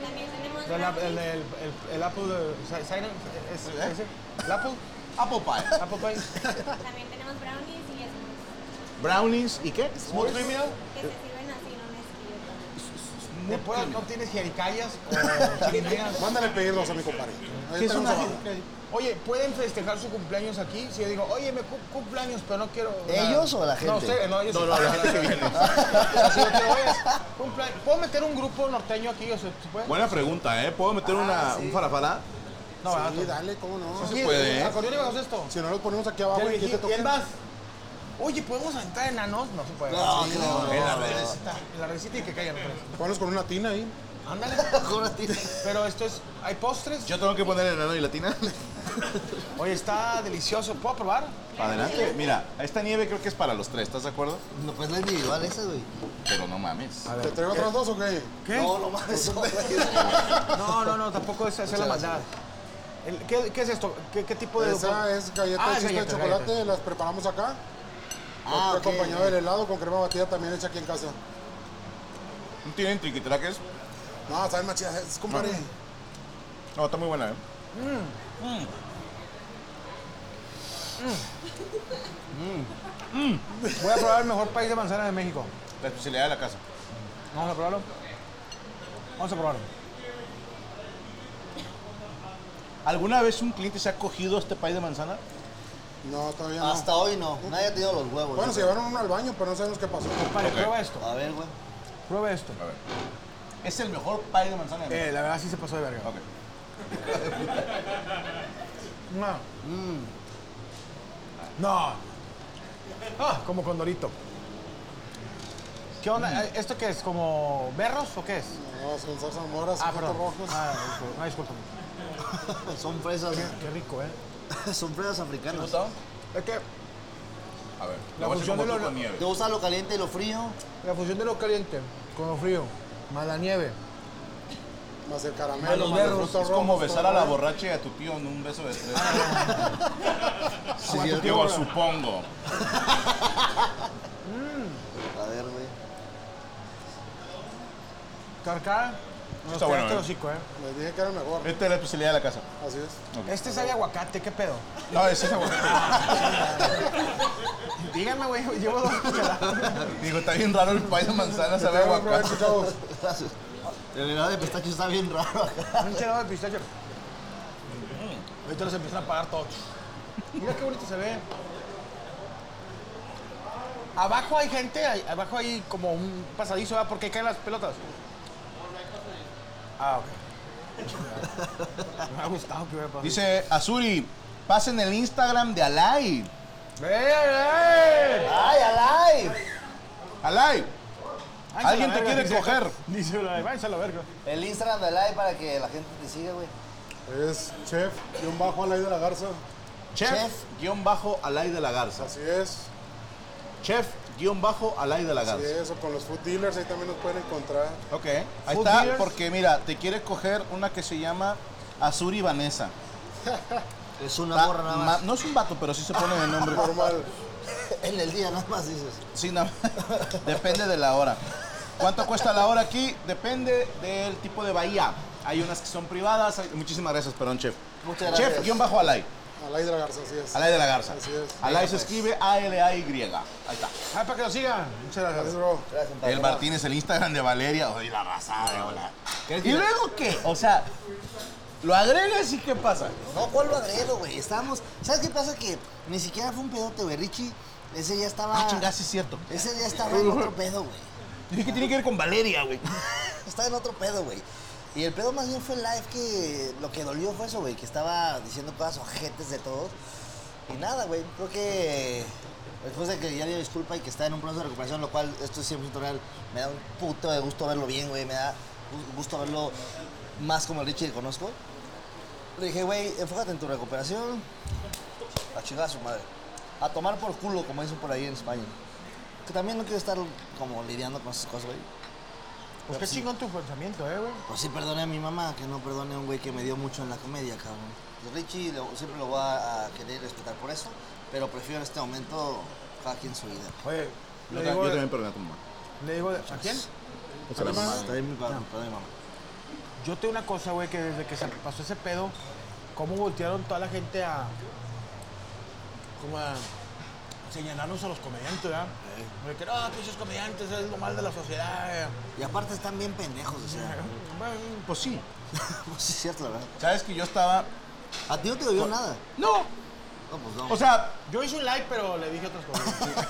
[SPEAKER 8] También tenemos
[SPEAKER 3] del ap-
[SPEAKER 8] brownies.
[SPEAKER 3] el, el, el- el apple. de- ¿saben- ¿Saben? ¿Es, ese? ¿El apple?
[SPEAKER 4] ¿Eh? Apple pie.
[SPEAKER 3] ¿Apple pie?
[SPEAKER 4] (laughs)
[SPEAKER 8] También tenemos brownies y smoothies
[SPEAKER 4] Brownies y qué?
[SPEAKER 3] ¿Smooth criminal?
[SPEAKER 8] que se sirven así en una esquileta.
[SPEAKER 3] ¿Te puedo- ¿No tienes jericayas
[SPEAKER 4] (laughs)
[SPEAKER 3] o chimeneas?
[SPEAKER 7] Mándale pedir dos a mi compadre. Ahí
[SPEAKER 3] Sí, es
[SPEAKER 7] tenemos
[SPEAKER 3] una-
[SPEAKER 7] abajo.
[SPEAKER 3] Oye, ¿pueden festejar su cumpleaños aquí? Si yo digo, oye, me cum- cumpleaños, pero no quiero.
[SPEAKER 5] ¿Ellos o la gente?
[SPEAKER 3] No, ustedes, no, ellos.
[SPEAKER 6] No, no, la gente que viene.
[SPEAKER 3] O sea, si yo quiero, oye, cumpleaños. ¿Puedo meter un grupo norteño aquí? O sea, ¿se puede?
[SPEAKER 4] Buena pregunta, ¿eh? ¿Puedo
[SPEAKER 5] Ah,
[SPEAKER 4] meter una, un farafara?
[SPEAKER 3] no, ¿verdad?
[SPEAKER 7] Sí, dale, cómo no.
[SPEAKER 4] se puede, ¿eh?
[SPEAKER 3] ¿Acordeón y bajos esto?
[SPEAKER 7] Si no lo ponemos aquí
[SPEAKER 3] Ya
[SPEAKER 7] abajo,
[SPEAKER 3] le
[SPEAKER 7] ¿y
[SPEAKER 3] dije,
[SPEAKER 7] quién te toca?
[SPEAKER 3] ¿Quién más? Oye, ¿podemos aventar enanos? No se puede.
[SPEAKER 5] No,
[SPEAKER 3] Sí,
[SPEAKER 5] que no,
[SPEAKER 3] en la
[SPEAKER 5] no.
[SPEAKER 3] receta. En la receta y que caigan. pues.
[SPEAKER 7] Ponlos con una tina ahí.
[SPEAKER 3] Ándale.
[SPEAKER 5] (laughs) Júrate.
[SPEAKER 3] Pero esto es. ¿Hay postres?
[SPEAKER 4] Yo tengo que poner enano y latina.
[SPEAKER 5] (laughs)
[SPEAKER 3] Oye, está delicioso. ¿Puedo probar?
[SPEAKER 4] Adelante. Mira, esta nieve creo que es para los tres, ¿estás de acuerdo?
[SPEAKER 5] No, pues la individual esa, güey.
[SPEAKER 4] Pero no mames.
[SPEAKER 7] ¿Te traigo otras dos o qué?
[SPEAKER 3] ¿Qué?
[SPEAKER 5] No, no mames, (laughs) hombre.
[SPEAKER 3] No, no, no, tampoco es hacer la maldad. El- ¿qué, qué es esto? ¿Qué, qué tipo de.?
[SPEAKER 7] Esa es galleta
[SPEAKER 3] Ah,
[SPEAKER 7] de chiste de
[SPEAKER 3] galletas,
[SPEAKER 7] chocolate,
[SPEAKER 3] galletas.
[SPEAKER 7] las preparamos acá.
[SPEAKER 5] Ah,
[SPEAKER 7] Está
[SPEAKER 5] ok.
[SPEAKER 7] acompañado del helado con crema batida también hecha aquí en casa.
[SPEAKER 4] ¿No tienen triquitraques?
[SPEAKER 7] No, saben más chidas, es, compadre.
[SPEAKER 4] No, está muy buena, ¿eh?
[SPEAKER 3] Voy a probar el mejor país de manzana de México.
[SPEAKER 4] La especialidad de la casa.
[SPEAKER 3] Vamos a probarlo. Vamos a probarlo.
[SPEAKER 4] ¿Alguna vez un cliente se ha cogido este pay de manzana?
[SPEAKER 7] No, todavía
[SPEAKER 4] Ah,
[SPEAKER 7] no.
[SPEAKER 5] Hasta hoy no. Nadie ha tenido los huevos. yo
[SPEAKER 7] Bueno, se
[SPEAKER 5] creo.
[SPEAKER 7] llevaron uno al baño, pero no sabemos qué pasó.
[SPEAKER 3] Vale, prueba esto.
[SPEAKER 5] A ver, güey.
[SPEAKER 3] Prueba esto.
[SPEAKER 4] Es el mejor pay de manzana de México.
[SPEAKER 3] Eh, la verdad sí se pasó de verga.
[SPEAKER 4] Ok.
[SPEAKER 3] No. Mm. No. Ah, como Mm. condorito. ¿Qué onda? Eh, ¿Esto qué es? ¿Como berros o qué es?
[SPEAKER 7] No, son salsa moras,
[SPEAKER 3] Ah,
[SPEAKER 7] zapatos
[SPEAKER 3] perdón.
[SPEAKER 7] rojos.
[SPEAKER 3] Ah, disculpa. Ah, discúlpame.
[SPEAKER 5] Son fresas.
[SPEAKER 3] Qué rico, ¿eh?
[SPEAKER 5] (laughs) Son fresas africanas.
[SPEAKER 3] Es que
[SPEAKER 4] A ver,
[SPEAKER 3] La
[SPEAKER 4] la voy a
[SPEAKER 3] función
[SPEAKER 4] hacer como
[SPEAKER 3] de
[SPEAKER 4] tú
[SPEAKER 3] lo-
[SPEAKER 4] con nieve.
[SPEAKER 5] ¿Te gusta lo caliente y lo frío?
[SPEAKER 3] la fusión de lo caliente con lo frío, más la nieve.
[SPEAKER 7] Más el
[SPEAKER 3] Ah,
[SPEAKER 7] caramelo,
[SPEAKER 3] los
[SPEAKER 7] más el
[SPEAKER 3] berros,
[SPEAKER 7] fruto
[SPEAKER 4] Es como
[SPEAKER 7] rojo,
[SPEAKER 4] besar
[SPEAKER 7] todo,
[SPEAKER 4] a la
[SPEAKER 7] ¿eh?
[SPEAKER 4] borracha y a tu tío en un beso de tres.
[SPEAKER 5] Sí,
[SPEAKER 4] Digo, supongo.
[SPEAKER 5] A ver, güey.
[SPEAKER 3] Carcada. Nos
[SPEAKER 4] Está
[SPEAKER 3] queda
[SPEAKER 4] bueno,
[SPEAKER 3] hasta el
[SPEAKER 4] ¿eh?
[SPEAKER 3] hocico, ¿eh?
[SPEAKER 7] Les dije que era mejor,
[SPEAKER 4] Esta es la especialidad de la casa.
[SPEAKER 7] así es.
[SPEAKER 3] Este sabe a aguacate, ¿qué pedo?
[SPEAKER 4] No, es esa
[SPEAKER 3] Díganme, güey, llevo dos (laughs) cucharadas.
[SPEAKER 4] Digo, está bien raro el pay de manzana, sabe a
[SPEAKER 7] Vamos a probar,
[SPEAKER 4] aguacate.
[SPEAKER 7] chicos.
[SPEAKER 5] (laughs) Gracias. El helado de pistacho está bien raro acá.
[SPEAKER 3] Un chelado de pistacho.
[SPEAKER 4] Mm.
[SPEAKER 3] Ahorita los empiezan a pagar todos. Mira qué bonito se ve. Abajo hay gente, hay- abajo hay como un pasadizo, ¿verdad? Porque caen las pelotas. Ah, ok. (laughs) Me ha gustado que hubiera pasado.
[SPEAKER 4] Dice Azuri, pasen el Instagram de Alay.
[SPEAKER 3] ¡Eh, eh!
[SPEAKER 5] ¡Ay, alive!
[SPEAKER 4] Alay,
[SPEAKER 3] Váyanse a
[SPEAKER 4] Alguien
[SPEAKER 3] la
[SPEAKER 4] te
[SPEAKER 3] verga,
[SPEAKER 4] quiere
[SPEAKER 3] dice-
[SPEAKER 4] coger.
[SPEAKER 3] Dice la váyanse a la verga.
[SPEAKER 5] El Instagram de alive para que la gente te siga, güey.
[SPEAKER 7] Es chef y un bajo a la de la garza.
[SPEAKER 4] chef, guión bajo Alay de la Garza.
[SPEAKER 7] Así es,
[SPEAKER 4] Chef, guión bajo Alay de la
[SPEAKER 7] así
[SPEAKER 4] Garza.
[SPEAKER 7] es. O con los food dealers ahí también nos pueden encontrar.
[SPEAKER 4] Ok, ahí
[SPEAKER 3] Food
[SPEAKER 4] está,
[SPEAKER 3] dealers.
[SPEAKER 4] porque mira, te quiere coger una que se llama Azuri Vanessa.
[SPEAKER 5] Es una
[SPEAKER 4] Ta-
[SPEAKER 5] gorra nada
[SPEAKER 4] ma-
[SPEAKER 5] más.
[SPEAKER 4] no es un vato, pero sí se pone de nombre.
[SPEAKER 7] Normal.
[SPEAKER 5] (laughs) En el día nada más dices.
[SPEAKER 4] Sí, nada más. (laughs) Depende de la hora. ¿Cuánto cuesta la hora aquí? Depende del tipo de bahía. Hay unas que son privadas. hay- Muchísimas gracias, perdón, chef.
[SPEAKER 5] Muchas gracias.
[SPEAKER 4] Chef, guión bajo Alay.
[SPEAKER 7] A la de la garza, así es.
[SPEAKER 4] Alay de la Garza.
[SPEAKER 7] Así es.
[SPEAKER 4] Alay se escribe A-L-A-Y. Ahí está.
[SPEAKER 3] Ah, para que lo sigan. Muchas
[SPEAKER 7] Gracias,
[SPEAKER 3] gracias.
[SPEAKER 7] bro.
[SPEAKER 5] Gracias,
[SPEAKER 4] El
[SPEAKER 5] Antonio.
[SPEAKER 4] Martínez, el Instagram de Valeria. Oye, la raza de hola. ¿Y luego qué? O sea, lo agregas y ¿qué pasa?
[SPEAKER 5] No, ¿cuál lo agrego, güey? Estábamos. ¿Sabes qué pasa? Que ni siquiera fue un pedote, güey. Richie, ese día estaba.
[SPEAKER 4] Ah, chingas, es cierto.
[SPEAKER 5] Ese día estaba en otro pedo, güey.
[SPEAKER 4] Dije que tiene que ver con Valeria, güey.
[SPEAKER 5] (laughs) Estaba en otro pedo, güey. Y el pedo más bien fue el live que lo que dolió fue eso, güey, que estaba diciendo cosas ojetes de todos. Y nada, güey, creo que después de que ya dio disculpa y que está en un proceso de recuperación, lo cual esto es 100% real, me da un puto de gusto verlo bien, güey, me da gu- gusto verlo más como el Richie que conozco. Le dije, güey, enfócate en tu recuperación, a chingar a su madre, a tomar por culo, como dicen por ahí en España. Que también no quiero estar como lidiando con esas cosas, güey.
[SPEAKER 3] Pues qué chingón tu pensamiento, eh, güey.
[SPEAKER 5] Pues sí, perdone a mi mamá, que no perdone a un güey que me dio mucho en la comedia, cabrón. Richie lo- siempre lo voy a, a querer respetar por eso, pero prefiero en este momento cada quien su vida.
[SPEAKER 3] Oye,
[SPEAKER 4] Yo,
[SPEAKER 3] le
[SPEAKER 4] ta-
[SPEAKER 3] digo,
[SPEAKER 4] yo también perdí a tu mamá.
[SPEAKER 3] le digo, ¿a quién?
[SPEAKER 4] O sea, Pues la mamá.
[SPEAKER 5] Está bien, mi padre, perdón, mi mamá.
[SPEAKER 3] Yo te digo una cosa, güey, que desde que se pasó ese pedo, cómo voltearon toda la gente a. como a. se llenaron a los comediantes, ¿verdad? De que, no, pinches comediantes, es lo mal de la sociedad.
[SPEAKER 5] Y aparte están bien pendejos,
[SPEAKER 3] (laughs)
[SPEAKER 5] o sea.
[SPEAKER 3] Bueno,
[SPEAKER 4] Pues sí.
[SPEAKER 5] pues sí, es cierto, la verdad.
[SPEAKER 4] ¿Sabes que yo estaba.
[SPEAKER 5] A ti no te dio nada.
[SPEAKER 4] No.
[SPEAKER 5] No, pues no.
[SPEAKER 4] O sea,
[SPEAKER 3] yo hice un like, pero le dije otras (laughs) cosas.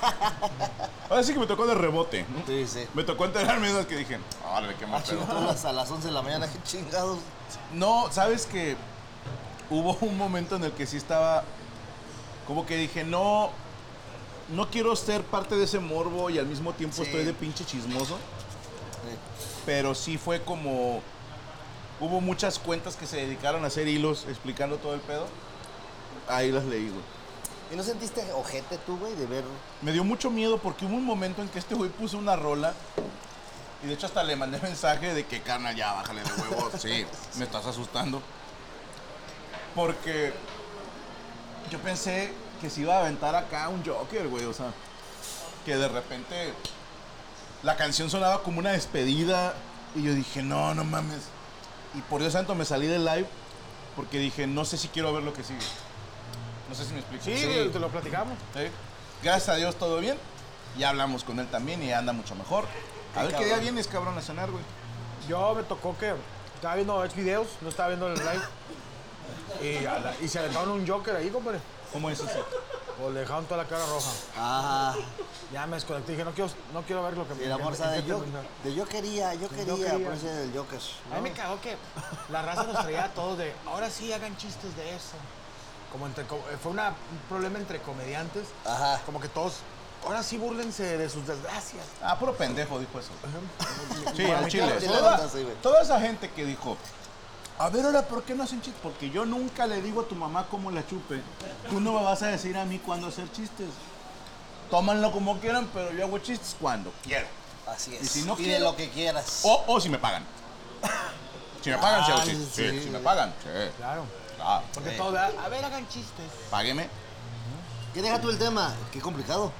[SPEAKER 4] ahora sí que me tocó de rebote. ¿no?
[SPEAKER 5] sí, sí.
[SPEAKER 4] Me tocó enterarme de esas que dije, órale, qué mal
[SPEAKER 5] Ah,
[SPEAKER 4] pedo".
[SPEAKER 5] chingados, a las 11 de la mañana, qué chingados.
[SPEAKER 4] No, sabes que hubo (laughs) un momento en el que sí estaba. Como que dije, no. No quiero ser parte de ese morbo y al mismo tiempo
[SPEAKER 5] Sí.
[SPEAKER 4] estoy de pinche chismoso. Pero sí fue como. Hubo muchas cuentas que se dedicaron a hacer hilos explicando todo el pedo. Ahí las leí, güey.
[SPEAKER 5] ¿Y no sentiste ojete tú, güey, de ver?
[SPEAKER 4] Me dio mucho miedo porque hubo un momento en que este güey puso una rola. Y de hecho hasta le mandé (laughs) mensaje de que carnal ya, bájale de huevos. Sí, me estás asustando. Porque yo pensé que se iba a aventar acá un Joker, güey. O sea, que de repente la canción sonaba como una despedida. Y yo dije, no, no mames. Y por Dios santo me salí del live porque dije, no sé si quiero ver lo que sigue. No sé si me explico.
[SPEAKER 3] Sí, te lo platicamos.
[SPEAKER 4] ¿sí? Gracias a Dios todo bien. Ya hablamos con él también y anda mucho mejor. A ver qué día vienes, cabrón, a cenar, güey.
[SPEAKER 3] Yo me tocó que estaba viendo X videos, no estaba viendo el live. Y, a la- y se aventaron un Joker ahí, compadre.
[SPEAKER 4] ¿Cómo es eso?
[SPEAKER 3] Pues le dejaron toda la cara roja.
[SPEAKER 5] Ah,
[SPEAKER 3] Ya me desconecté, dije, no quiero, no quiero ver lo que me
[SPEAKER 5] el amor
[SPEAKER 3] que-
[SPEAKER 5] sabe
[SPEAKER 3] que-
[SPEAKER 5] yo,
[SPEAKER 3] que-
[SPEAKER 5] de yo quería, yo
[SPEAKER 3] yo
[SPEAKER 5] quería,
[SPEAKER 3] quería.
[SPEAKER 5] por eso era del Joker.
[SPEAKER 3] A mí
[SPEAKER 5] ¿no?
[SPEAKER 3] me cagó que la raza nos traía a todos de, ahora sí hagan chistes de eso. Como entre, co- eh, fue una- un problema entre comediantes.
[SPEAKER 5] Ajá.
[SPEAKER 3] Como que todos, ahora sí búrlense de sus desgracias.
[SPEAKER 4] Ah, puro pendejo dijo eso. Sí,
[SPEAKER 5] Para
[SPEAKER 4] al
[SPEAKER 5] mí,
[SPEAKER 4] chile.
[SPEAKER 5] claro, sí, la
[SPEAKER 4] Toda,
[SPEAKER 5] banda, sí, güey.
[SPEAKER 4] toda esa gente que dijo, a ver ahora, ¿por qué no hacen chistes? Porque yo nunca le digo a tu mamá cómo la chupe. Tú no me vas a decir a mí cuándo hacer chistes. Tómanlo como quieran, pero yo hago chistes cuando quiero.
[SPEAKER 5] Así es.
[SPEAKER 4] Y si no
[SPEAKER 5] Pide
[SPEAKER 4] quiero-
[SPEAKER 5] lo que quieras.
[SPEAKER 4] O, o si me pagan. Si me pagan, sí hago
[SPEAKER 5] Ah,
[SPEAKER 4] chistes. Sí,
[SPEAKER 5] sí.
[SPEAKER 4] si me pagan, sí.
[SPEAKER 3] Claro.
[SPEAKER 4] Ah,
[SPEAKER 3] Porque todos, a ver, hagan chistes.
[SPEAKER 4] págueme.
[SPEAKER 5] ¿Qué deja tú el tema? Qué complicado.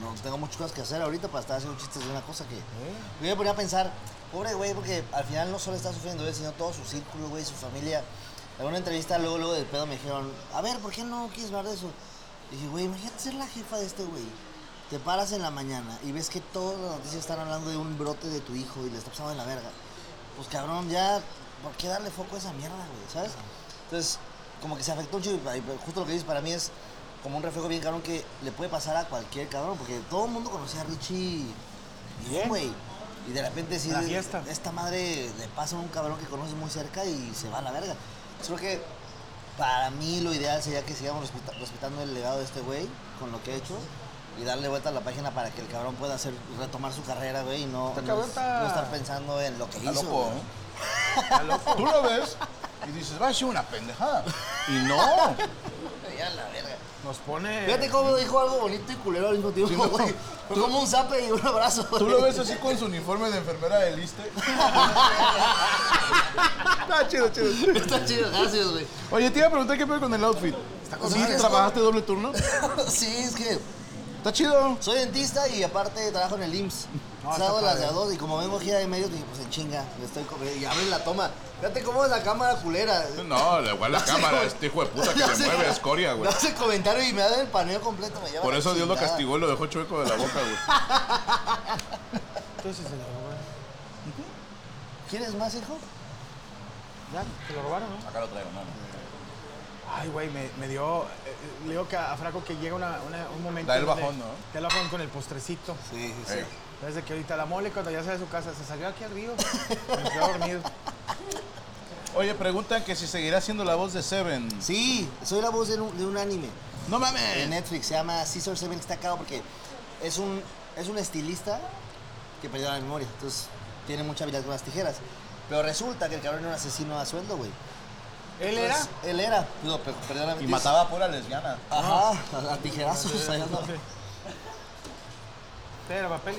[SPEAKER 5] No tengo muchas cosas que hacer ahorita para estar haciendo chistes de una cosa que. Yo me ponía a pensar, pobre güey, porque al final no solo está sufriendo él, sino todo su círculo, güey, su familia. En una entrevista luego, luego del pedo me dijeron, a ver, ¿por qué no quieres hablar de eso? Y dije, güey, imagínate ser la jefa de este güey. Te paras en la mañana y ves que todas las noticias están hablando de un brote de tu hijo y le está pasando de la verga. Pues cabrón, ya, ¿por qué darle foco a esa mierda, güey? ¿Sabes? Entonces, como que se afectó un chico y y justo lo que dices para mí es como un reflejo bien cabrón que le puede pasar a cualquier cabrón, porque todo el mundo conocía a Richie bien, güey. Y de repente sí,
[SPEAKER 3] La fiesta.
[SPEAKER 5] esta madre le pasa a un cabrón que conoces muy cerca y se va a la verga. Creo que para mí lo ideal sería que sigamos respeta- respetando el legado de este güey con lo que ha hecho y darle vuelta a la página para que el cabrón pueda hacer retomar su carrera, güey, y no, no,
[SPEAKER 3] Este cabrón está-
[SPEAKER 5] no estar pensando en lo que
[SPEAKER 4] Está
[SPEAKER 5] hizo.
[SPEAKER 4] loco,
[SPEAKER 5] güey.
[SPEAKER 4] ¿eh? Tú lo ves y dices, va a ser una pendejada. Y no.
[SPEAKER 6] ¿eh?
[SPEAKER 5] Ya la verga.
[SPEAKER 3] Nos pone...
[SPEAKER 5] Fíjate cómo dijo algo bonito y culero al mismo tiempo, güey. Fue como un zape y un abrazo.
[SPEAKER 4] Tú
[SPEAKER 5] güey.
[SPEAKER 4] lo ves así con su uniforme de enfermera del liste. (laughs) Está Ah, chido, chido.
[SPEAKER 5] Está chido, gracias, güey.
[SPEAKER 4] Oye, te iba a preguntar qué pedo con el outfit.
[SPEAKER 5] con
[SPEAKER 4] ¿Sí
[SPEAKER 5] madre,
[SPEAKER 4] trabajaste doble turno?
[SPEAKER 5] Sí, es que
[SPEAKER 4] Está chido.
[SPEAKER 5] soy dentista y aparte trabajo en el IMSS.
[SPEAKER 3] No, está
[SPEAKER 5] Salgo a las
[SPEAKER 3] padre.
[SPEAKER 5] de a dos y como vengo gira de medios, dije, pues en chinga, me estoy comiendo. Y abren la toma. Fíjate cómo es la cámara culera.
[SPEAKER 6] No, le igual la
[SPEAKER 5] No sé,
[SPEAKER 6] cámara,
[SPEAKER 5] güey.
[SPEAKER 6] este hijo de
[SPEAKER 5] (laughs)
[SPEAKER 6] puta que
[SPEAKER 5] No
[SPEAKER 6] le
[SPEAKER 5] sé,
[SPEAKER 6] mueve a escoria, güey.
[SPEAKER 5] No hace comentario y me da el paneo completo, me lleva
[SPEAKER 6] Por
[SPEAKER 5] la
[SPEAKER 6] eso Dios lo
[SPEAKER 5] chingada.
[SPEAKER 6] castigó y lo dejó chueco de la boca, güey.
[SPEAKER 3] Entonces se lo robaron.
[SPEAKER 5] ¿Quieres más, hijo?
[SPEAKER 3] Ya, se lo robaron, ¿no?
[SPEAKER 4] Acá lo traigo, no.
[SPEAKER 3] Ay, güey, me, me dio. eh, eh, le digo que a Franco que llega una- una- un momento.
[SPEAKER 4] Da el
[SPEAKER 3] donde
[SPEAKER 4] bajón, ¿no?
[SPEAKER 3] Da el bajón con el postrecito.
[SPEAKER 5] Sí, sí,
[SPEAKER 4] Ey.
[SPEAKER 3] Desde que ahorita la mole, cuando ya sale de su casa, se salió aquí al
[SPEAKER 4] (laughs)
[SPEAKER 3] río. Me quedé dormido.
[SPEAKER 4] Oye, preguntan que si seguirá siendo la voz de Seven.
[SPEAKER 5] Sí, soy la voz de un, de un anime
[SPEAKER 4] No
[SPEAKER 5] en
[SPEAKER 4] mames.
[SPEAKER 5] Netflix, se llama Caesar Seven, que está cagado porque es un, es un estilista que perdió la memoria, entonces tiene mucha habilidad con las tijeras. Pero resulta que el cabrón era un asesino a sueldo, güey.
[SPEAKER 3] Él era.
[SPEAKER 4] Pues-
[SPEAKER 5] Entonces, él era. No, pero perdió la
[SPEAKER 4] Y
[SPEAKER 5] memoria.
[SPEAKER 4] mataba a pura lesbiana.
[SPEAKER 3] Ah.
[SPEAKER 5] Ajá, a, a tijerazos. ahí andaba.
[SPEAKER 3] Usted era papel.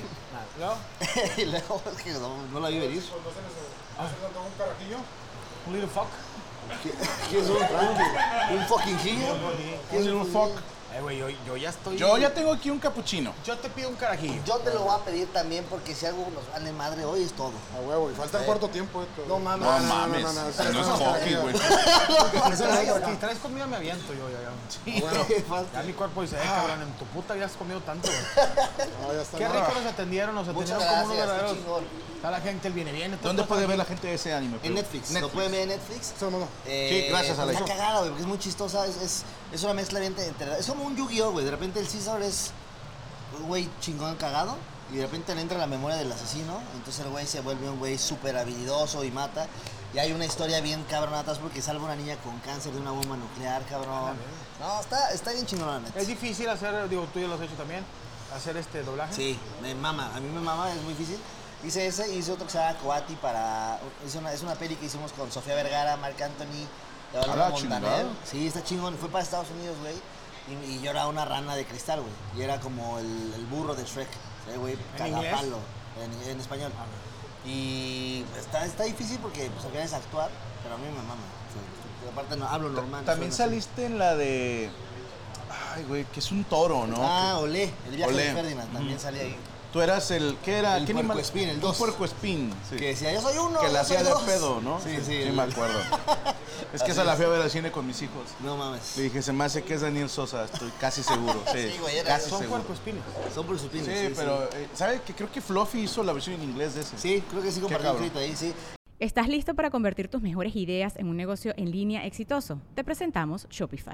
[SPEAKER 3] Nada.
[SPEAKER 5] (laughs) y luego, es que no, no la vi venir.
[SPEAKER 3] No, un little fuck.
[SPEAKER 5] ¿Qué- qué es un tranqui? ¿Un fucking gillo? ¿Qué es un fuck?
[SPEAKER 3] Ay, güey, yo, yo ya estoy.
[SPEAKER 4] Yo ya tengo aquí un capuchino.
[SPEAKER 3] Yo te pido un carajillo.
[SPEAKER 5] Yo te lo voy a pedir también porque si algo nos vale madre hoy es todo.
[SPEAKER 7] A
[SPEAKER 3] (laughs)
[SPEAKER 7] huevo, y falta
[SPEAKER 5] Eh.
[SPEAKER 7] cuarto tiempo esto.
[SPEAKER 5] No
[SPEAKER 7] güey.
[SPEAKER 5] mames.
[SPEAKER 6] No mames, no
[SPEAKER 7] esa- esa
[SPEAKER 6] es
[SPEAKER 7] no
[SPEAKER 6] hockey,
[SPEAKER 7] cabía.
[SPEAKER 6] güey.
[SPEAKER 7] Esa no
[SPEAKER 3] Traes,
[SPEAKER 7] cabía.
[SPEAKER 3] si traes comida me aviento yo, ya, ya.
[SPEAKER 7] Bueno,
[SPEAKER 3] Ya mi cuerpo dice, eh,
[SPEAKER 4] Ah.
[SPEAKER 3] cabrón, en tu puta habías comido tanto, güey.
[SPEAKER 7] no, ya está.
[SPEAKER 3] Qué
[SPEAKER 7] No,
[SPEAKER 3] rico nos atendieron, nos
[SPEAKER 5] Muchas
[SPEAKER 3] atendieron como unos
[SPEAKER 5] gracias, qué
[SPEAKER 3] verdaderos.
[SPEAKER 5] chingón.
[SPEAKER 3] Está la gente, el viene, viene. todo
[SPEAKER 4] ¿Dónde
[SPEAKER 3] está
[SPEAKER 4] puede ver
[SPEAKER 3] tranquilo.
[SPEAKER 4] la gente ese anime?
[SPEAKER 5] En
[SPEAKER 4] Pedro?
[SPEAKER 5] Netflix. Lo pueden ver en Netflix.
[SPEAKER 7] eso no, no.
[SPEAKER 5] Eh,
[SPEAKER 4] gracias, Alex.
[SPEAKER 5] Está cagada, güey, porque es muy chistosa. Es, es, es una mezcla bien entre. Es como un Yu-Gi-Oh, güey. De repente el Caesar es un güey chingón cagado. Y de repente le entra la memoria del asesino. Entonces el güey se vuelve un güey súper habilidoso y mata. Y hay una historia bien cabrón atrás porque salva una niña con cáncer de una bomba nuclear, cabrón. No, está, está bien chingón, la neta.
[SPEAKER 3] Es difícil hacer, digo, tú ya lo has hecho también, hacer este doblaje.
[SPEAKER 5] Sí, me mama, a mí me mama, es muy difícil. Hice ese y hice otro que se llama Coati para. Es una, es una peli que hicimos con Sofía Vergara, Marc Anthony, Leonardo
[SPEAKER 4] la
[SPEAKER 5] Montaner.
[SPEAKER 4] chingada.
[SPEAKER 5] Sí, está chingón. Fue para Estados Unidos, güey. Y, y yo era una rana de cristal, güey. Y era como el, el burro de Shrek. O sea, güey,
[SPEAKER 3] inglés?
[SPEAKER 5] cagapalo. En, en español. Y está, está difícil porque pues, al final es actuar, pero a mí me mama. O sea, y aparte Ah, no, hablo normal.
[SPEAKER 4] También
[SPEAKER 5] suena así.
[SPEAKER 4] saliste en la de. Ay, güey, que es un toro, ¿no?
[SPEAKER 5] Ah, Olé, el viaje
[SPEAKER 4] Olé.
[SPEAKER 5] de Ferdinand también salía ahí.
[SPEAKER 4] Tú eras el. ¿Qué era?
[SPEAKER 5] El
[SPEAKER 4] ¿Qué
[SPEAKER 5] puercoespín, el
[SPEAKER 4] Un
[SPEAKER 5] dos.
[SPEAKER 4] puercoespín, sí.
[SPEAKER 5] Que decía, yo soy uno.
[SPEAKER 4] que
[SPEAKER 5] yo
[SPEAKER 4] la
[SPEAKER 5] soy
[SPEAKER 4] hacía de
[SPEAKER 5] dos".
[SPEAKER 4] pedo, ¿no?
[SPEAKER 5] Sí, sí.
[SPEAKER 4] Sí, me acuerdo.
[SPEAKER 5] (laughs)
[SPEAKER 4] es que
[SPEAKER 5] Así
[SPEAKER 4] esa la
[SPEAKER 5] es.
[SPEAKER 4] fui a ver al cine con mis hijos.
[SPEAKER 5] No mames.
[SPEAKER 4] Le dije, se me hace que es Daniel Sosa, estoy casi
[SPEAKER 5] (laughs)
[SPEAKER 4] seguro. Sí,
[SPEAKER 5] Sí, güey, era-
[SPEAKER 4] casi
[SPEAKER 3] Son
[SPEAKER 4] seguro.
[SPEAKER 3] cuerpos espines.
[SPEAKER 5] Son por supines.
[SPEAKER 4] Sí, pero, eh, ¿sabes que Creo que Fluffy hizo la versión en inglés de ese.
[SPEAKER 5] Sí, creo que sí compartí un
[SPEAKER 4] cabrón.
[SPEAKER 5] crédito ahí, sí.
[SPEAKER 2] ¿Estás listo para convertir tus mejores ideas en un negocio en línea exitoso? Te presentamos Shopify.